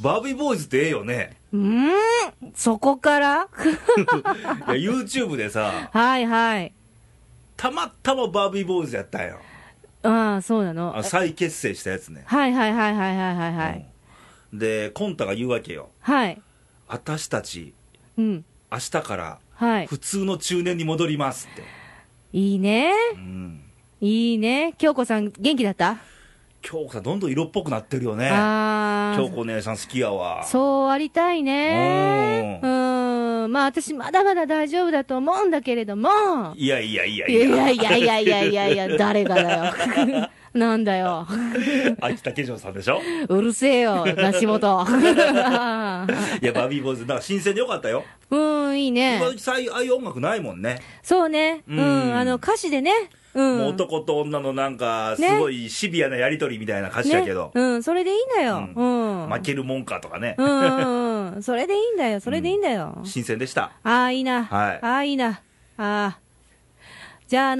バービーボーイズってええよ ね。うーんそこからいや、YouTube でさ、はいはい。たまたまバービーボーイズやったんよ。ああ、そうなの。あ再結成したやつね。はいはいはいはいはいはいはい。うんで、コンタが言うわけよ。はい。私たち、うん。明日からはい。普通の中年に戻りますって。いいね。うん。いいね。京子さん、元気だった、京子さん、どんどん色っぽくなってるよね。ああ。京子姉さん好きやわ。そうありたいね。う。うんまあ私まだまだ大丈夫だと思うんだけれども。いやいやいやいいや。やいやいやいやいやいや、誰がだよ。 なんだよ。秋田家城さんでしょうるせえよ、梨いや、本。バービーボーイズ、なんか新鮮でよかったよ。うん、いいね今。時、ああいう音楽ないもんね。そうね。う、うんんあの、歌詞でね。うん。もう男と女のなんか、すねごいシビアなやりとりみたいな歌詞やけどね、うん、それでいいんだよ。う。うん負けるもんかとかねう、んうんうん。それでいいんだよ、それでいいんだよ。新鮮でした。ああ、いいな。はいああ、いいな。ああ。じゃあ、あ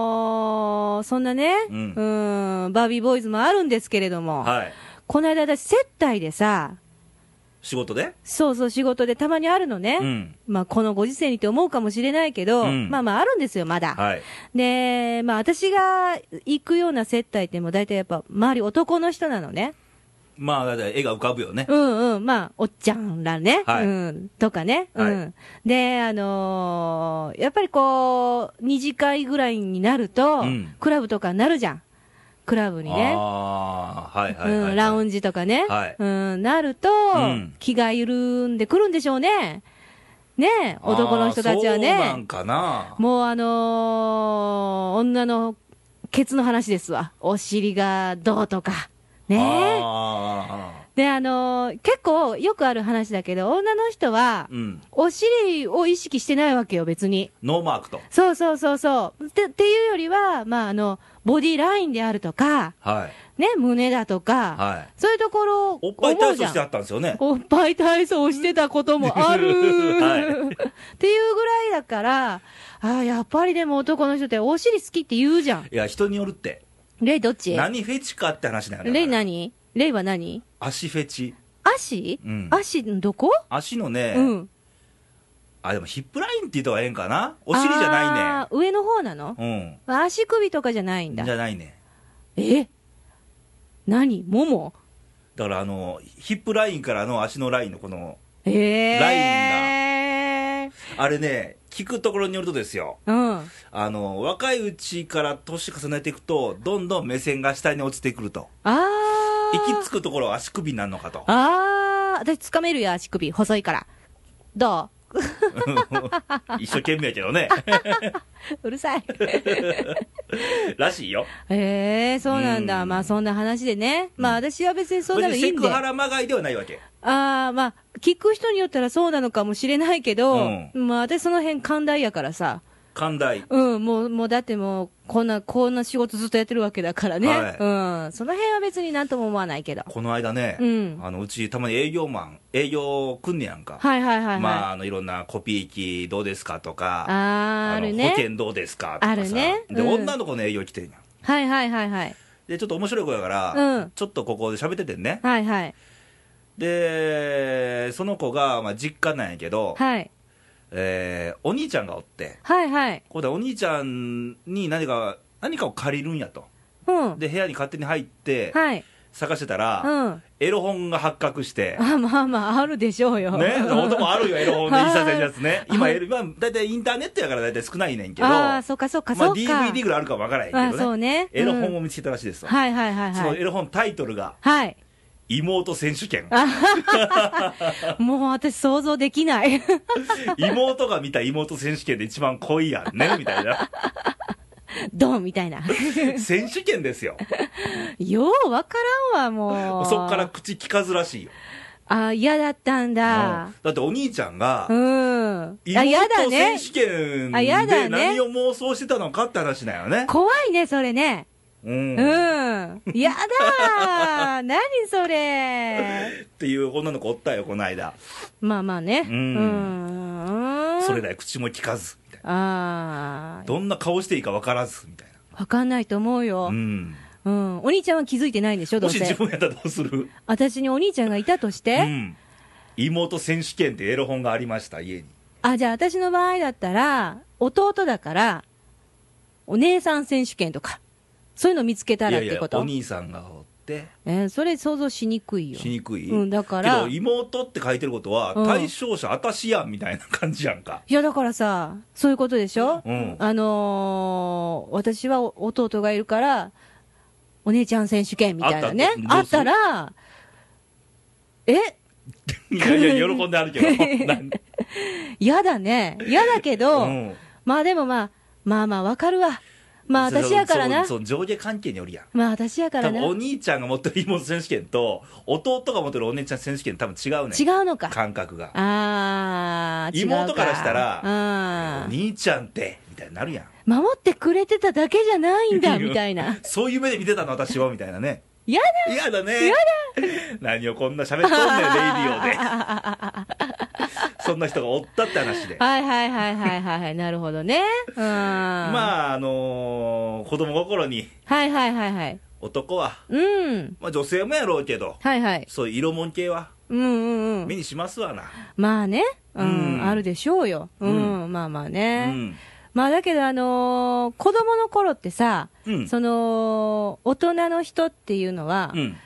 のーそんなね、ううんん、バービーボーイズもあるんですけれども、はい。この間私、接待でさ、仕事でそうそう仕事でたまにあるのね。うん。まあ、このご時世にって思うかもしれないけど、うんまあまああるんですよ、まだ。はい。で、まあ私が行くような接待ってもう大体やっぱ周り男の人なのね。まあ、だって絵が浮かぶよね。うんうん、まあ、おっちゃんらね、はいうん、とかね、うはん。で、あのーやっぱりこう、二次会ぐらいになると、うんクラブとかになるじゃん。クラブにね。ああ、はいはいはい、はういん、ラウンジとかね、はいうん、なると、ん気が緩んでくるんでしょうね。ねえ男の人たちはあーそうなねん、かな。もうあのー女のケツの話ですわ。お尻がどうとか。ねえ。あで、あのー結構よくある話だけど、女の人はー、うん。お尻を意識してないわけよ、別に。ノーマークと。そうそうそうそう。ってっていうよりは、まあ、あの、ボディラインであるとか、はい。ね、胸だとか、はい。そういうところをおっぱい体操して思うじゃんあったんですよね。おっぱい体操をしてたこともある、 はいっていうぐらいだから、あーやっぱりでも男の人ってお尻好きって言うじゃん。いや、人によるって。レイどっち何フェチかって話だよね。レイ何レイは何足フェチ。足、うん足どこ、足のね、うん。あ、でもヒップラインって言った方がええんかな。お尻じゃなあー上の方なのいね。足首とかじゃないんうだん。じ。ゃないね。え何ももだからあの、ヒップラインからの足のラインのこの、ええー。あれね、聞くところによるとですよ、うん。あの、若いうちから年重ねていくと、どんどん目線が下に落ちてくると。あー。行き着くところは足首になるのかと。あー。私掴めるよ、足首。細いから。ど一生懸命やけど ね。ううるさい。らしいよ。ええー、そうなんだ。うんまあ、そんな話でね。まあ、私は別にそんなの別いにいセんクで。ハあラまがいではないわけ。あー、まあ、聞く人によったらそうなのかもしれないけど、うまあ、私その辺寛大やからさ。寛大。うん、もう、もうだってもう、こんな、こんな仕事ずっとやってるわけだからね。はいうん。その辺は別になんとも思わないけど。この間ね、うんあのうちたまに営業マン、営業来んねやんか。はいはいはいはい。まあ、ああの、いろんなコピー機どうですかとか、ー、ああのる保ね。険どうですかとかさあるねで、うん女の子の営業来てんやん。はいはいはいはい。で、ちょっと面白い子やから、うんちょっとここで喋っててんね。はいはい。で、その子が、まあ、実家なんやけど、はい。えーお兄ちゃんがおって、はいはい。ここでお兄ちゃんに何か、何かを借りるんやと。うん。で、部屋に勝手に入って、はい。探してたうら、ん。エロ本が発覚 して、あ、まあまあ、あるでしょうよ。ね、音もあるよ、エロ本で はい印刷やつね。今、はいエロ今、大体インターネットやから大体少ないねんけど、ああ、そっかそっかまそあ、っか。 DVD ぐらいあるかわからへんけどあね。そうね。エロうん本を見つけたらしいですわ、はいはいはいそのはエい。ロ本タイトルがはい。 「妹選手権」もう私想像できない。 妹が見た妹選手権で一番濃いやん ねみたいなドンみたいな。 選手権ですよようわからんわ、もう。そっから。口聞かずらしいよあー、嫌だったんだうん。だってお兄ちゃんがうん。あ、やだ妹ね選。手権あやだねで何を妄想してたのかって話だよね怖いね、それね。うんうん。や だー。何それ。っていう女の子おったよこの間まあまあね。う。うんんそれ以来口も聞かずみたいなああ。どんな顔していいか分からずみたいなわかんないと思うよ。うんうん、お兄ちゃんは気づいてないんでしょ、どもうし自せ。分やったらどうする私にお兄ちゃんがいたとして、うん、妹選手権ってエロ本がありました家にあ、じゃあ私の場合だったら、弟だから、お姉さん選手権とか、そういうの見つけたらっいやていやことお兄さんがおってえーそれ想像しにくいよ。しにくい、うん、だから、けどい妹って書いてることはうん対象者私やんみたいな感じやんか、やだからさ、そういうことでしょ、うんあのー私はお弟がいるから、お姉ちゃん選手権みたいなね、ああっったとどたら、えいやいや喜んであるけ どなん嫌だね、嫌だけど、うんまあでもまあ、まあまあわかるわ。まあ私やからなそ。うそう上下関係によるやんまあ私やか多ら分な。お違兄ちゃんが持ってる妹選手権と弟が持ってるお姉ちゃん選手権多分違うねうのか。感覚があー、違う妹からしたらあお兄ちゃんってみたいになるやん守ってくれてただけじゃないんだ、みたいな。そういう目で見てたの私はみたいなね 嫌嫌だね 何をこんな喋っとんねんレイデ ィオでそんな人がおったって話でだ。はいはいはいはいはいはい。なるほどね。うん。まあ。まああのー子供心にはいはいはいはい。男は、うん。まあ、女性もやろうけどはいはい。そういう色もん系はうんうんう目ん。にしますわな、まあね。うん、うんあるでしょうよ。うん、まあまあうね。んまあだけどあのー子供の頃ってさ、うんその、大人の人っていうのは、うん、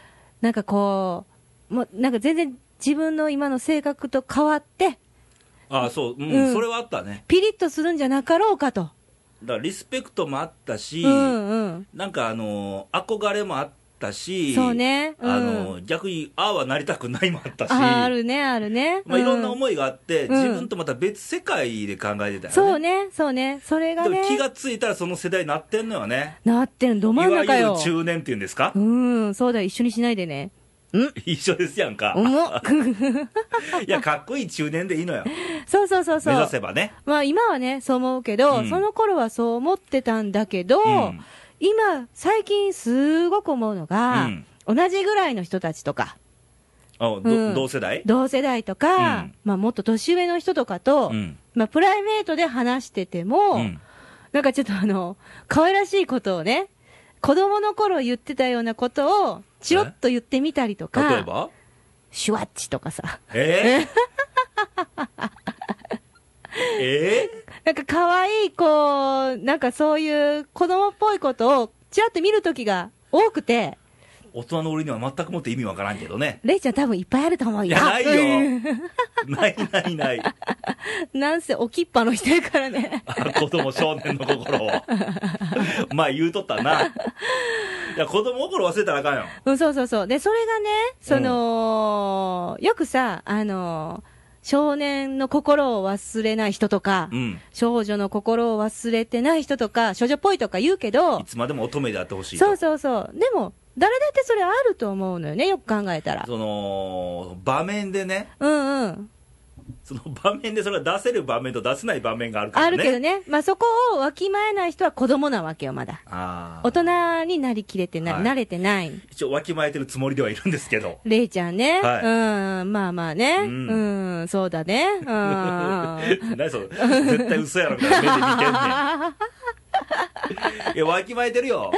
なんかこう、もうなんか全然自分の今の性格と変わって、ああそう、うんうんそれはあったねピリッとするんじゃなかろうかと。だからリスペクトもあったし、うんうん。なんかあのー憧れもあったしそうねうんあのー逆にああはなりたくないもあったしああるね、あるね。まあ、いろんなう思いがあって、うん自分とまた別世界で考えてたよね。そうね、そうね。それがでねも、気がついたらその世代になってんのよね。なってんの、ど真ん中いわゆよる。中年っていうんですか、うん、そうだ、一緒にしないでね。 一緒ですやんか。重っ。いや、かっこいい中年でいいのよ。 そうそうそうそ目う指。せばね。まあ今はね、そう思うけど、うんその頃はそう思ってたんだけど、うん今、最近すごく思うのが、うん同じぐらいの人たちとか、あどうん同世代同世代とか、うんまあもっと年上の人とかと、うん。まあプライベートで話してても、うんなんかちょっとあの、可愛らしいことをね、子供の頃言ってたようなことを、チロッと言ってみたりとか、例えばシュワッチとかさ、 えー、えなんか可愛いこう、なんかそういう子供っぽいことを、ちらっと見るときが多くて、ー、大人の俺には全くもって意味わからんけどね。レイちゃん多分いっぱいあると思うよ。いや、ないうんよ。ないないない。 なんせ、おきっぱの人やからね。あ子供少年の心 をまあ言うとったないや子供心忘れたらあかんようん、そうそうそう。で、それがね、その、よくさ、あのー少年の心を忘れない人とか、うん少女の心を忘れてない人とか、少女っぽいとか言うけどい、つまでも乙女であってほしいとそうそうそう。でも、誰だってそれあると思うのよね、よく考えたら。その場面でねうんうん。その場面でそれは出せる場面と出せない場面があるからあねるけどね。まあ、そこをわきまえない人は子供なわけよ、まだ。あー大人になりきれてない、はい慣れてない。一応わきまえてるつもりではいるんですけどレイちゃんね。はいうん、まあまあね。う、うんんそうだね。 うんうんうん。何それ絶対嘘やろみたいな目で見てんねんいやわきまえてるよ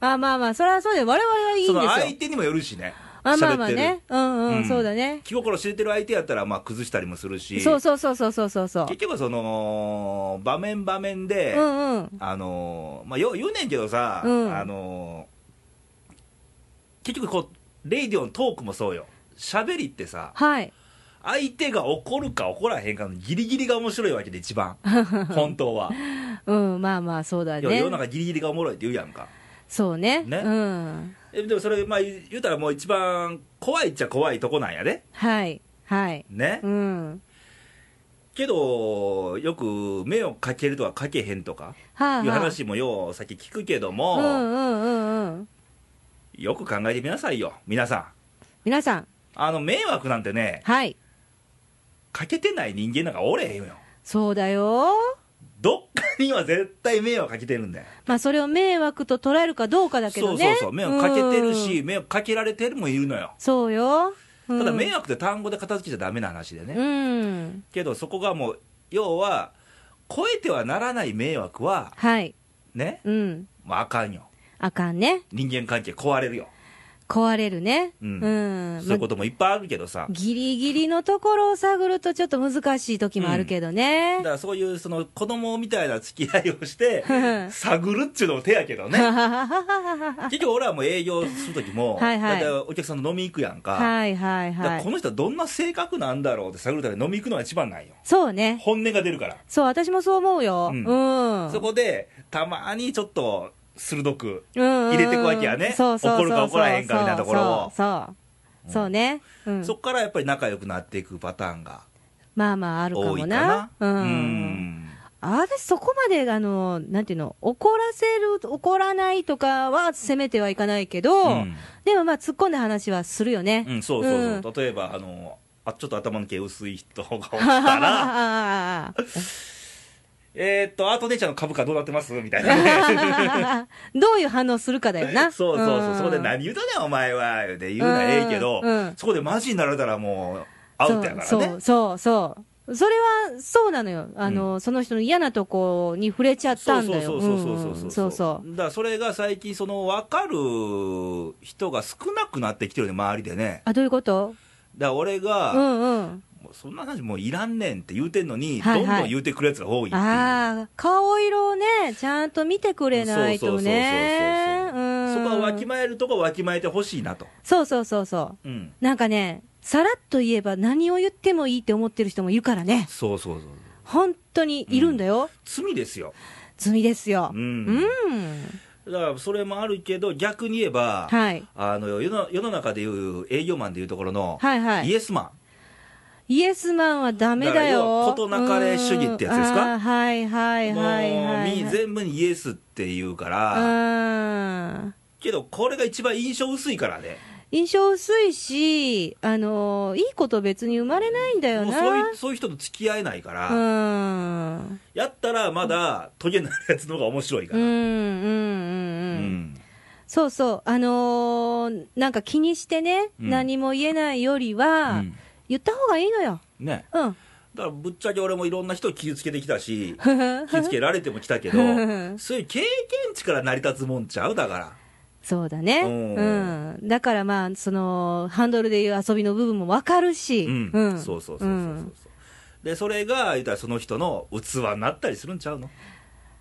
あまあまあ、それはそうで、我々はいいんですそよの。相手にもよるしねあまあま喋っあてるね。うんうん、うんそうだね。気心知れてる相手やったらまあ崩したりもするしそうそうそうそうそうそうそう。結局その場面場面で、うんうん。あのーまあよう言うねんけどさ、うんあのー結局こうレイディオのトークもそうよ喋りってさはい。相手が怒るか怒らへんかのギリギリが面白いわけで一 番本当は、うん、まあまあ、そうだいやね世。の中ギリギリがおもろいって言うやんかそうね。ねうん。えでもそれまあ言うたらもう一番怖いっちゃ怖いとこなんやではい。はい。ね、うん。けどよく目をかけるとかかけへんとかはあ、はあ。いう話もようさっき聞くけども、うんうんうんうん。よく考えてみなさいよ皆さん皆さん、あの迷惑なんてねはい。かけてない人間なんかおれへんよそうだよ。どっかには絶対迷惑かけてるんだよまあ、それを迷惑と捉えるかどうかだけそどうね。そうそう迷惑かけてるし、うん。迷惑かけられてるもいるのよそうよ。たただ迷惑惑って単語で片付けちゃダメな話でね、うん。けどそこがもう要は超えてはならない迷惑ははい。ねうん。まああかんよあかんね。人間関係壊れるよ、壊れるね。ううんん。そういうこともいっぱいあるけどさま、ギリギリのところを探るとちょっと難しい時もあるけどねだ。からそういうその子供みたいな付き合いをしてうん探るっちゅうのも手やけど ねは結局俺はもう営業する時もはいはいだってお客さんと飲み行くやんか,、いはいだかはらいこ。の人はどんな性格なんだろうって探るために飲み行くのが一番なんよそうね。本音が出るから、そう、私もそう思うよ。ううんん。そこでたまにちょっと鋭く入入れてくわけやねそうそうそう怒るか怒らへんかみたいなところをそうそうそうね、うん、そこからやっぱり仲良くなっていくパターンがまあまああるか多いもかななうんうんあ私そこまであのなんていうの怒らせる怒らないとかは責めてはいかないけど、うんでもまあ突っ込んだ話はするよね、うんそうそうそう、例えばあのあちょっと頭の毛薄い人がおった らえーっとアート姉ちゃんの株価どうなってますみたいなね どういう反応するかだよ なそうそうそう、んそこで何言うたねんお前は言うて言うのはええけど、うんうんそこでマジになられたらもうアウトやからねそうそうそうそうそれはそうなのよあの、その人の嫌なとこに触れちゃったんだよそうそうそうそうそうそう,、んそうそうだからそれが最近その分かる人が少なくなってきてるね周りでねあどういうことだから俺うが、んうんもうそんな話もういらんねんって言うてんのに、はいはいどんどん言うてくるやつが多いっていうああ顔色をねちゃんと見てくれないとねうんそこはわきまえるとこはわきまえてほしいなと、そうそうそうそううん、なんかねさらっと言えば何を言ってもいいって思ってる人もいるからねそうそうそう本当にいるんだよ、罪ですよ、罪ですよううんん、だからそれもあるけど逆に言えば、はいあの世の世の中でいう営業マンでいうところの、はいはいイエスマイエスマンはダメだだから要よ。は事なかれ主義ってやつですかうんあーはいはン、いはいはもうい。み全部にイエスって言うから、うんけどこれが一番印象薄いからね印象薄いし、あのーいいこと別に生まれないんだよもうな。そういうそういう人と付き合えないから、うん。やったらまだトゲのあるやつの方が面白いかうんうら、んううんうん。んそうそう。あのーなんか気にしてね、うん何も言えないよりは、うん言った方がいいのよ。ねうん。 だからぶっちゃけ俺もいろんな人を傷つけてきたし傷つそけられてもきたけどそういう経験値から成り立つもんちゃうだからうだね。ううん。だからまあ、その、ハンドルでいう遊びの部分もわかるし。うん、そうそうそうそうそう、んでそれが言ったらその人の器になったりするんちゃうの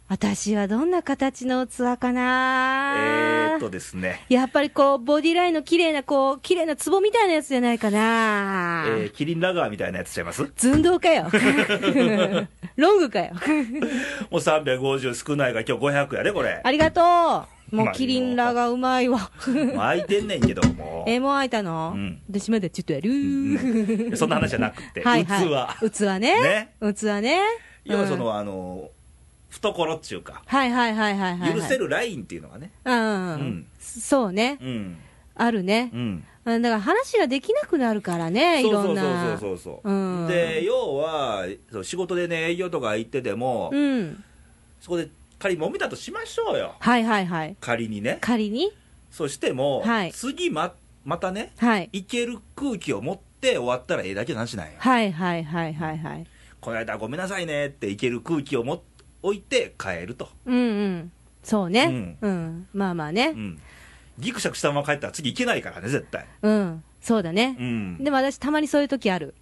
私はどんな形の器かえなー、っとですねやっぱりこう、ボディラインの綺麗な、こう、綺麗な壺みたいなやつじゃないかえな、ー、キリンラガーみたいなやつちゃいますも寸胴かよ。 ロングかよ。う350少ないが今日500やでこれありがとう。まもあうキリンラがうまいわ。もう開いてんねんけどもう えー、もう開いたの、うん私まだちょっとやる、 うんそんな話じゃなくて、はいは器い。器。器ね。ね器ね。要はその、うんあの懐っちゅうかはいはいはいはいはい、はい。許せ。るラインっていうのがねうん。うんそうね。うんあるねう。んうん、だから話ができなくなるからね、いそうろそんうな。そうそうそうそう、うんで要はそう仕事でね営業とか行ってても、うん。そこで仮に揉めたとしましょうよはいはいはい。仮にね仮にそしても、はい次ままたねはい。行ける空気を持って終わったらええだけの話なんよはいはいはいはいはい。この間ごめんなさいねって行ける空気をも置いて帰ると、うんうん。そうね。うん。まあまあうね。ん、ギクシャクしたまま帰ったら次行けないからね絶対うん。そうだねう。んでも私たまにそういう時ある。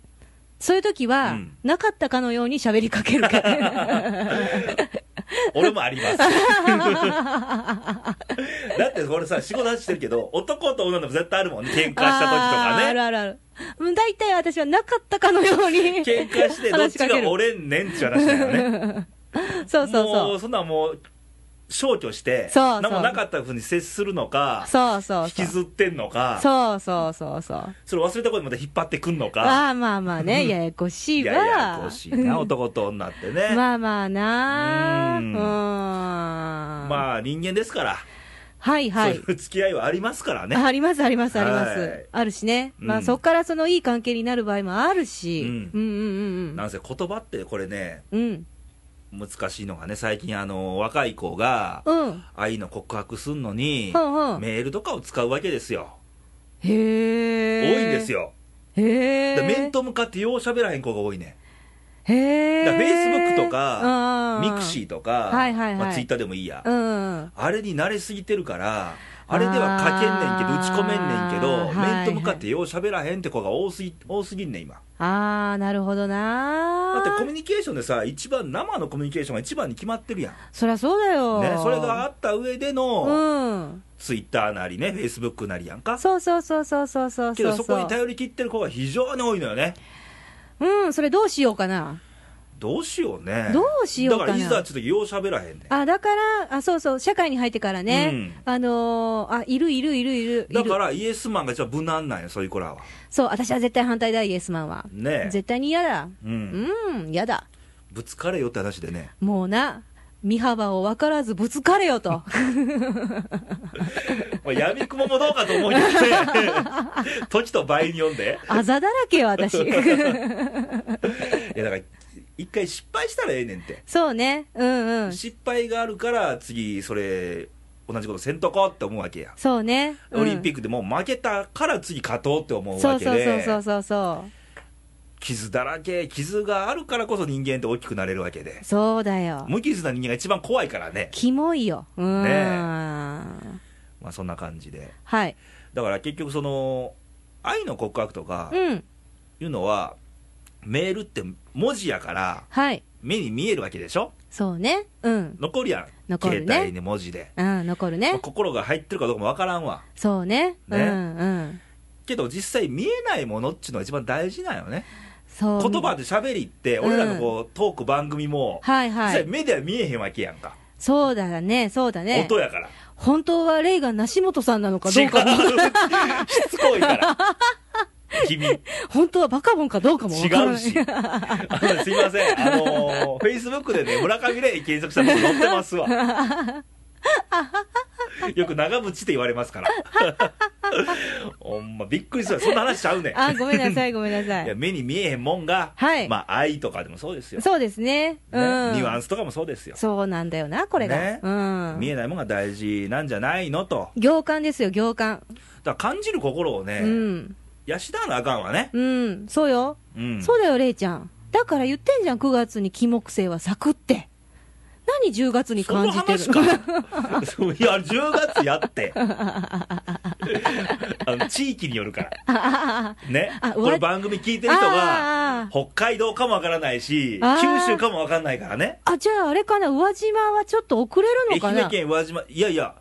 そういう時は、うんなかったかのように喋り かけるから。俺もあります だって俺さ仕事してるけど男と女でも絶対あるもんね喧嘩した時とあーかあるねあるある。うん大体私はなかったかのように。喧嘩してどっ話しちかけるが折れんねんっちゅう話だよね そうそうもそうう。そんなんもう消去してそうそう何もなかったふうに接するのかそうそう引きそう。ずってんのかそうそうそうそう。それ忘れたことにまた引っ張ってくんのかああ、まあまあね、ややこしいいわ。やいやこしいな男と女ってねま まあまあなううんん。まあ。あ人間ですから、はいはい。そういう付き合いはありますからねありますありますあります、はいあるしね、うんまあそこからそのいい関係になる場合もあるし、うんうん、うんうんなんせ言葉ってこれねうん難しいのがね最近あの若い子がうんうん愛の告白すんのにうんうんメールとかを使うわけですよへえ多いんですよへえで面と向かってよう喋らへん子が多いねへえ。だから Facebook とかミクシーとか、はいはいはいまあ、ツイッターでもいいや、うん。あれに慣れすぎてるから、あれでは書けんねんけど、あー打ち込めんねんけど、はいは面いと向かってよう喋らへんって子が多すぎ多すぎんねん、今。あー、なるほどなだってコミュニニケーションでさ、一番、生のコミュニケーションが一番に決まってるやん。そりゃそうだよ。ね、それがあった上での、うん。ツイッターなりね、フェイスブックなりやんか。そうそうそうそうそうそうう。けど、そこに頼り切ってる子が非常に多いのよね。うん、それどうしようかな。どうしようね。どうしようかだなから、いざちょっとよう喋らへんねん。あ、だから、あ、そうそう、社会に入ってからね。うんあのーあ、いるいるいるいる。いだるから、イエスマンが一番無難なんよ、そういう子らは。そう、私は絶対反対だ、イエスマンは。ねえ。絶対に嫌だ。う。うんん、嫌だ。ぶつかれよって話でね。もうな、身幅を分からずぶつかれよ と。まあ、闇雲もどうかと思いますね。 時と倍に読んで。あざだらけよ、 私。いや、だから、一回失敗したらええねんって。そうね。うんうん。失敗があるから、次、それ、同じことせんとこって思うわけや。そうね。オリンピッックでもう負けたから次勝とうって思うそわうけそうそうそでう、そうそう。傷だらけ、傷があるからこそ人間って大きくなれるわけで、そうだよ。無傷な人間が一番怖いからね、キモいよ。うーん。ねまあ、そんな感じで、はい。だから結局、その愛の告白とかうん。いうのは、メールって文字やから、はい。目に見えるわけでしょ、そうね。うん。残るやん、残るね携帯に文字で、うん、残るまあね。心が入ってるかどうかもわからんわ。そうね。うねんうん。けど実際見えないものっちゅうのが一番大事なんよねそう。言葉で喋りって俺らのこう、トーク番組もはい実は際い。目では見えへんわけやんか、そうだね、そうだね。音やから本当はレイが梨本さんなのかどうかも。違う しつこいから君違 本当はバカボンかどうかもわからなうい。しあのすいませんあのフェイスブックでね村上礼検索したら僕載ってますわよく長渕って言われますからほんまびっくりするわそんな話しちゃうねん あ、ごめんなさい、ごめんなさいやい。目に見えへんもんが、はいまあ愛とかでもそうですよ、そうですね。うねん。ニュアンスとかもそうですよ、そうなんだよな、これが。ねうん。見えないもんが大事なんじゃないのと行間ですよ、行間。だから感じる心をね、うん。養わなあかんわね、うん。そうよ。うん、そうだよ、レイちゃん。だから言ってんじゃん、9月に金木犀は咲くって。何10月に感じてるその話か そういや10月やって あの地域によるからねあこれわ番組聞いてる人が あー北海道かもわからないしあー九州かもわからないからねあ、じゃああれかな、宇和島はちょっと遅れるのか愛な媛県宇和島いやいや、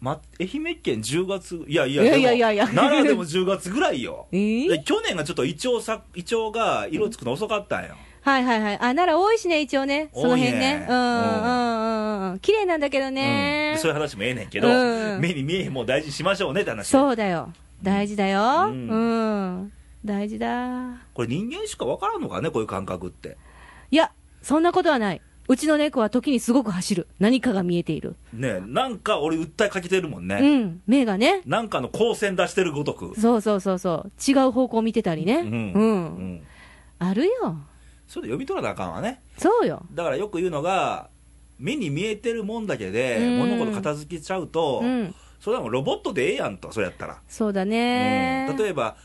ま、愛媛県10月いやいやでいやもいやいやいや奈良でも10月ぐらいよえーで去年がちょっとイチョウさイチョウが色つくの遅かったんよはいはいはい。あ、なら多いしね、一応ね。その辺多ね。ういねん、うん、うんうん。綺麗なんだけどうんねで。そういう話もええねんけど、うん目に見えへんもう大事にしましょうねって話そうだよ。大事だよ。ううんん。大事だ。これ人間しか分からんのかねこういう感覚っていや、そんなことはない。うちの猫は時にすごく走る。何かが見えている。ねえなんか俺訴えかけてるもんうね、ん。目がね。なんかの光線出してるごとくそうそうそうそう。違う方向見てたりね。ううんん。うんあるよ。それで読み取らなあかんわねそうよ。だからよく言うのが目に見えてるもんだけでうん物事片付けちゃうと、うん。それはもうロボットでええやんとそれやったら、そうだね。うん例えば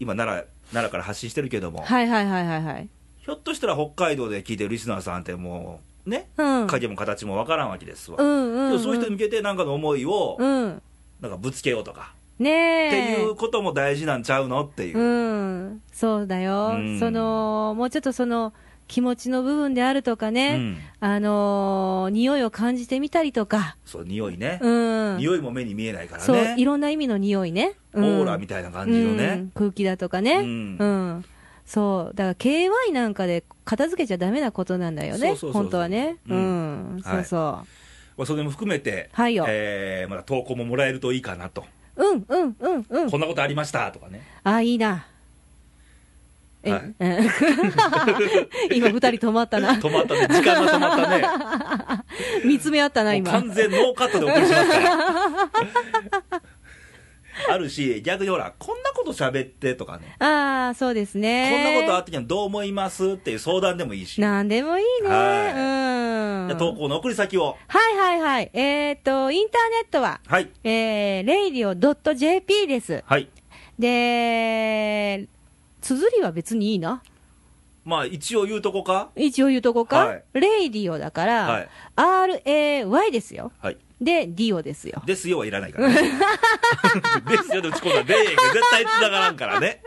今奈良奈良から発信してるけども、はいはいはいはいはい。ひょっとしたら北海道で聞いてるリスナーさんってもうねうん。影も形もわからんわけですわ、うんうん、でうもん。そういう人に向けてなんかの思いをうん。なんかぶつけようとか、ねえ。っていうことも大事なんちゃうのっていう、うん、そうだよ、うんそのもうちょっとその気持ちの部分であるとかうね、んあのー匂いを感じてみたりとか、そう匂いね、うん、匂いも目に見えないからそうねいろんな意味の匂いね、うんオーラみたいな感じのうねん、空気だとかうね、うんん、そう、だから KY なんかで片付けちゃだめなことなんだよね、そうそうそうそう本当はね、ううんん、はいそうそまあそれも含めて、はいよえーまだ投稿ももらえるといいかなと、う、うん、うん、うん、うん、こんなことありましたとかね、あ、いいな。え、はい 今二人止まった な。止まったね、時間が止まったね。見つめ合った な、もう今。完全ノーカットでお送りしますから あるし逆にほらこんなこと喋ってとかね、ああ、そうですね。こんなことあった時はどう思いますっていう相談でもいいしなんでもいいね。はじうゃあん。投稿の送り先をはいはいはい。えっ、と、インターネットは、はいえー、radio.jp です。はいで、綴りは別にいいな。まあ、一応言うとこか。一応言うとこか、はいレイディオだから、はい RAY ですよ。はい。で、ディオですよ。ですよはいらないから、ね。 ですよで打ち込んだら、でーが絶対繋がらんからね。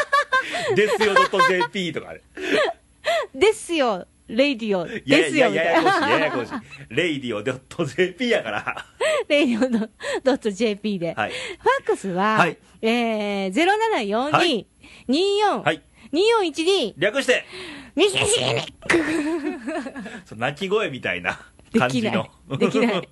ですよ .jp とかね。ですよ、レイディオ。いやですいやよ、いみやたやいこな。しい、ややこしい。レイディオ .jp やから。レイディオのドット JP で。はい。ファックスは、はいえー、0742、はい24、はい。 2412、略して、ミシシミその鳴き声みたいなで感きじなの。い。できない。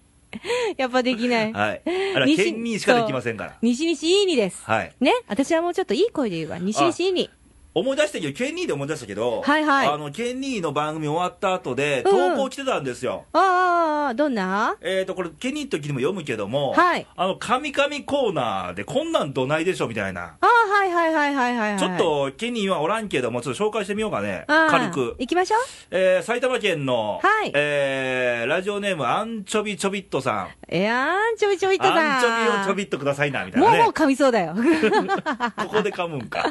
やっぱできな い。はい。あら、西県民しかできませんから。西西いいにです。はい。ね、私はもうちょっといい声で言うわ。西西いいに。思い出したけど、ケンニーで思い出したけど、はいはいあの、ケンニーの番組終わった後で、うんうん投稿来てたんですよ。あーあーあー、どんなえーと、これ、ケンニーの時にも読むけども、はいあの、カミカミコーナーで、こんなんどないでしょみたいな。ああ、はいはいはいはいはいはい。ちょっと、ケニーはおらんけども、ちょっと紹介してみようかね。あー、軽く。行きましょう。えー埼玉県の、はいえーラジオネーム、アンチョビチョビットさん。えやーん、ちょびちょびっとだ。アンチョビをちょびっとくださいな、みたいもなうもねう。噛みそうだよ。ここで噛むん か。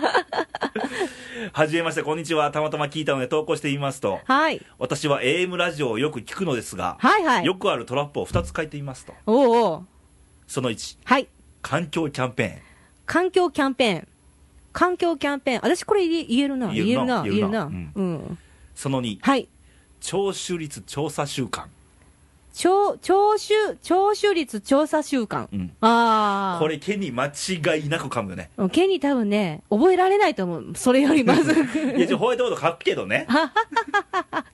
はじめまして、こんにちは。たまたま聞いたので投稿してみますと、はい。私は AM ラジオをよく聞くのですが、はいはい。よくあるトラップを2つ書いてみますと。おうおう。その1、はい。環境キャンペーン。環境キャンペーン。環境キャンペーン。私これ言え言えるな。言言ええるるなな。言えるな。言えるなうん。その2、はい。聴取率調査週間。聴、聴取、聴取率調査週間。うんああ。こ。れ、ケニー間違いなく噛むよね。ケニー多分ね、覚えられないと思う。それよりま ずいや、ちょ、ホワイトボード書くけどね。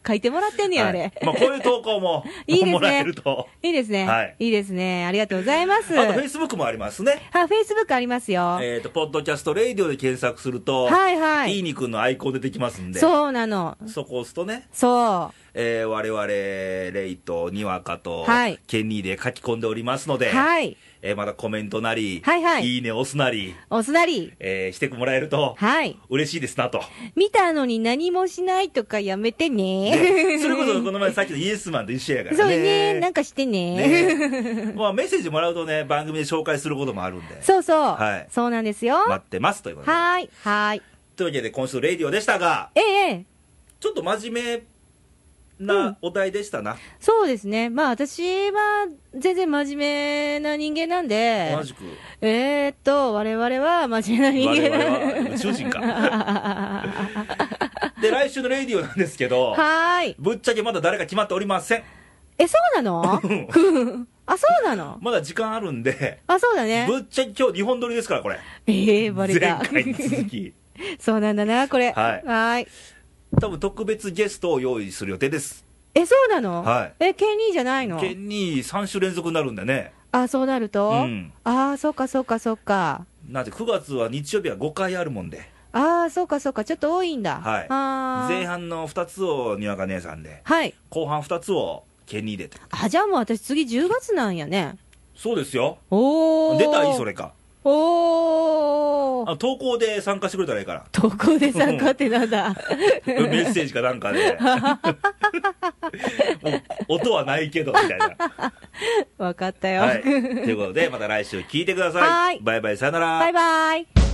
書いてもらってんねや、あれ。はいい、まあ、こういう投稿も いいですねもらえると。いですね。はいいですね。ありがとうございまあす。と、フェあイ、スブックもありますね。フェイスブックありますよ。えっ、と、ポッドキャスト、レイディオで検索すると、はいはい。いいにくんのアイコン出てきますんで、そうなの。そこを押すとね、そえー、我々、レイと、にわかと、はいケニーで書き込んでおりますのう。で、はい。えーまたコメントなり、はいはいいね押すなり、おすなり。えーしてもらえると、はい。嬉しいですな と。見たのに何もしないとかやめてね。でそれこそ、この前さっきのイエスマンと一緒やからね。 そうね、なんかしてね。ねまあ、メッセージもらうとね、番組で紹介することもあるんで、 そうそう、はいそうなんですよ。は待ってますということで。ーい、はーい。というわけで、今週のレイディオでしたが、ええええ、ちょっと真面目うなんお題でしたな、そうですね。まあ私は全然真面目な人間なんで同、じく。えー、っと、我々は真面目な我々人間なんは宇宙人か。で、来週のレイディオなんですけど、 はーい。ぶっちゃけまだ誰か決まっておりません。え、そうなのあ、そうなの まだ時間あるんで、あ、そうだね。ぶっちゃけ今日2本撮りですから、これ。ええバレ前た。回に続き。 そうなんだな、これ。はいーい。多分特別ゲストを用意する予定です。え、そうなの。はいえ、ケニーじゃないの県に3週連続になるんでね。あ、そうなると、うんああ、そうかそうかそうか。なんで9月は日曜日は5回あるもんで、ああ、そうかそうか、ちょっと多いんだ。はいあー前半の2つをにわか姉さんで、はい。後半2つを県に入れて。あ、じゃあもう私次10月なんやね。そうですよ。おー。出たらいいそ。れか。おー。あ投稿で参加してくれたらいいから。 投稿で参加ってなんだ。 メッセージかなんかで。 もう音 はないけど、みたいな。わかったよ。はい。ということで、また来週聞いてください。はいバイバイ、さよなら。バイバイ。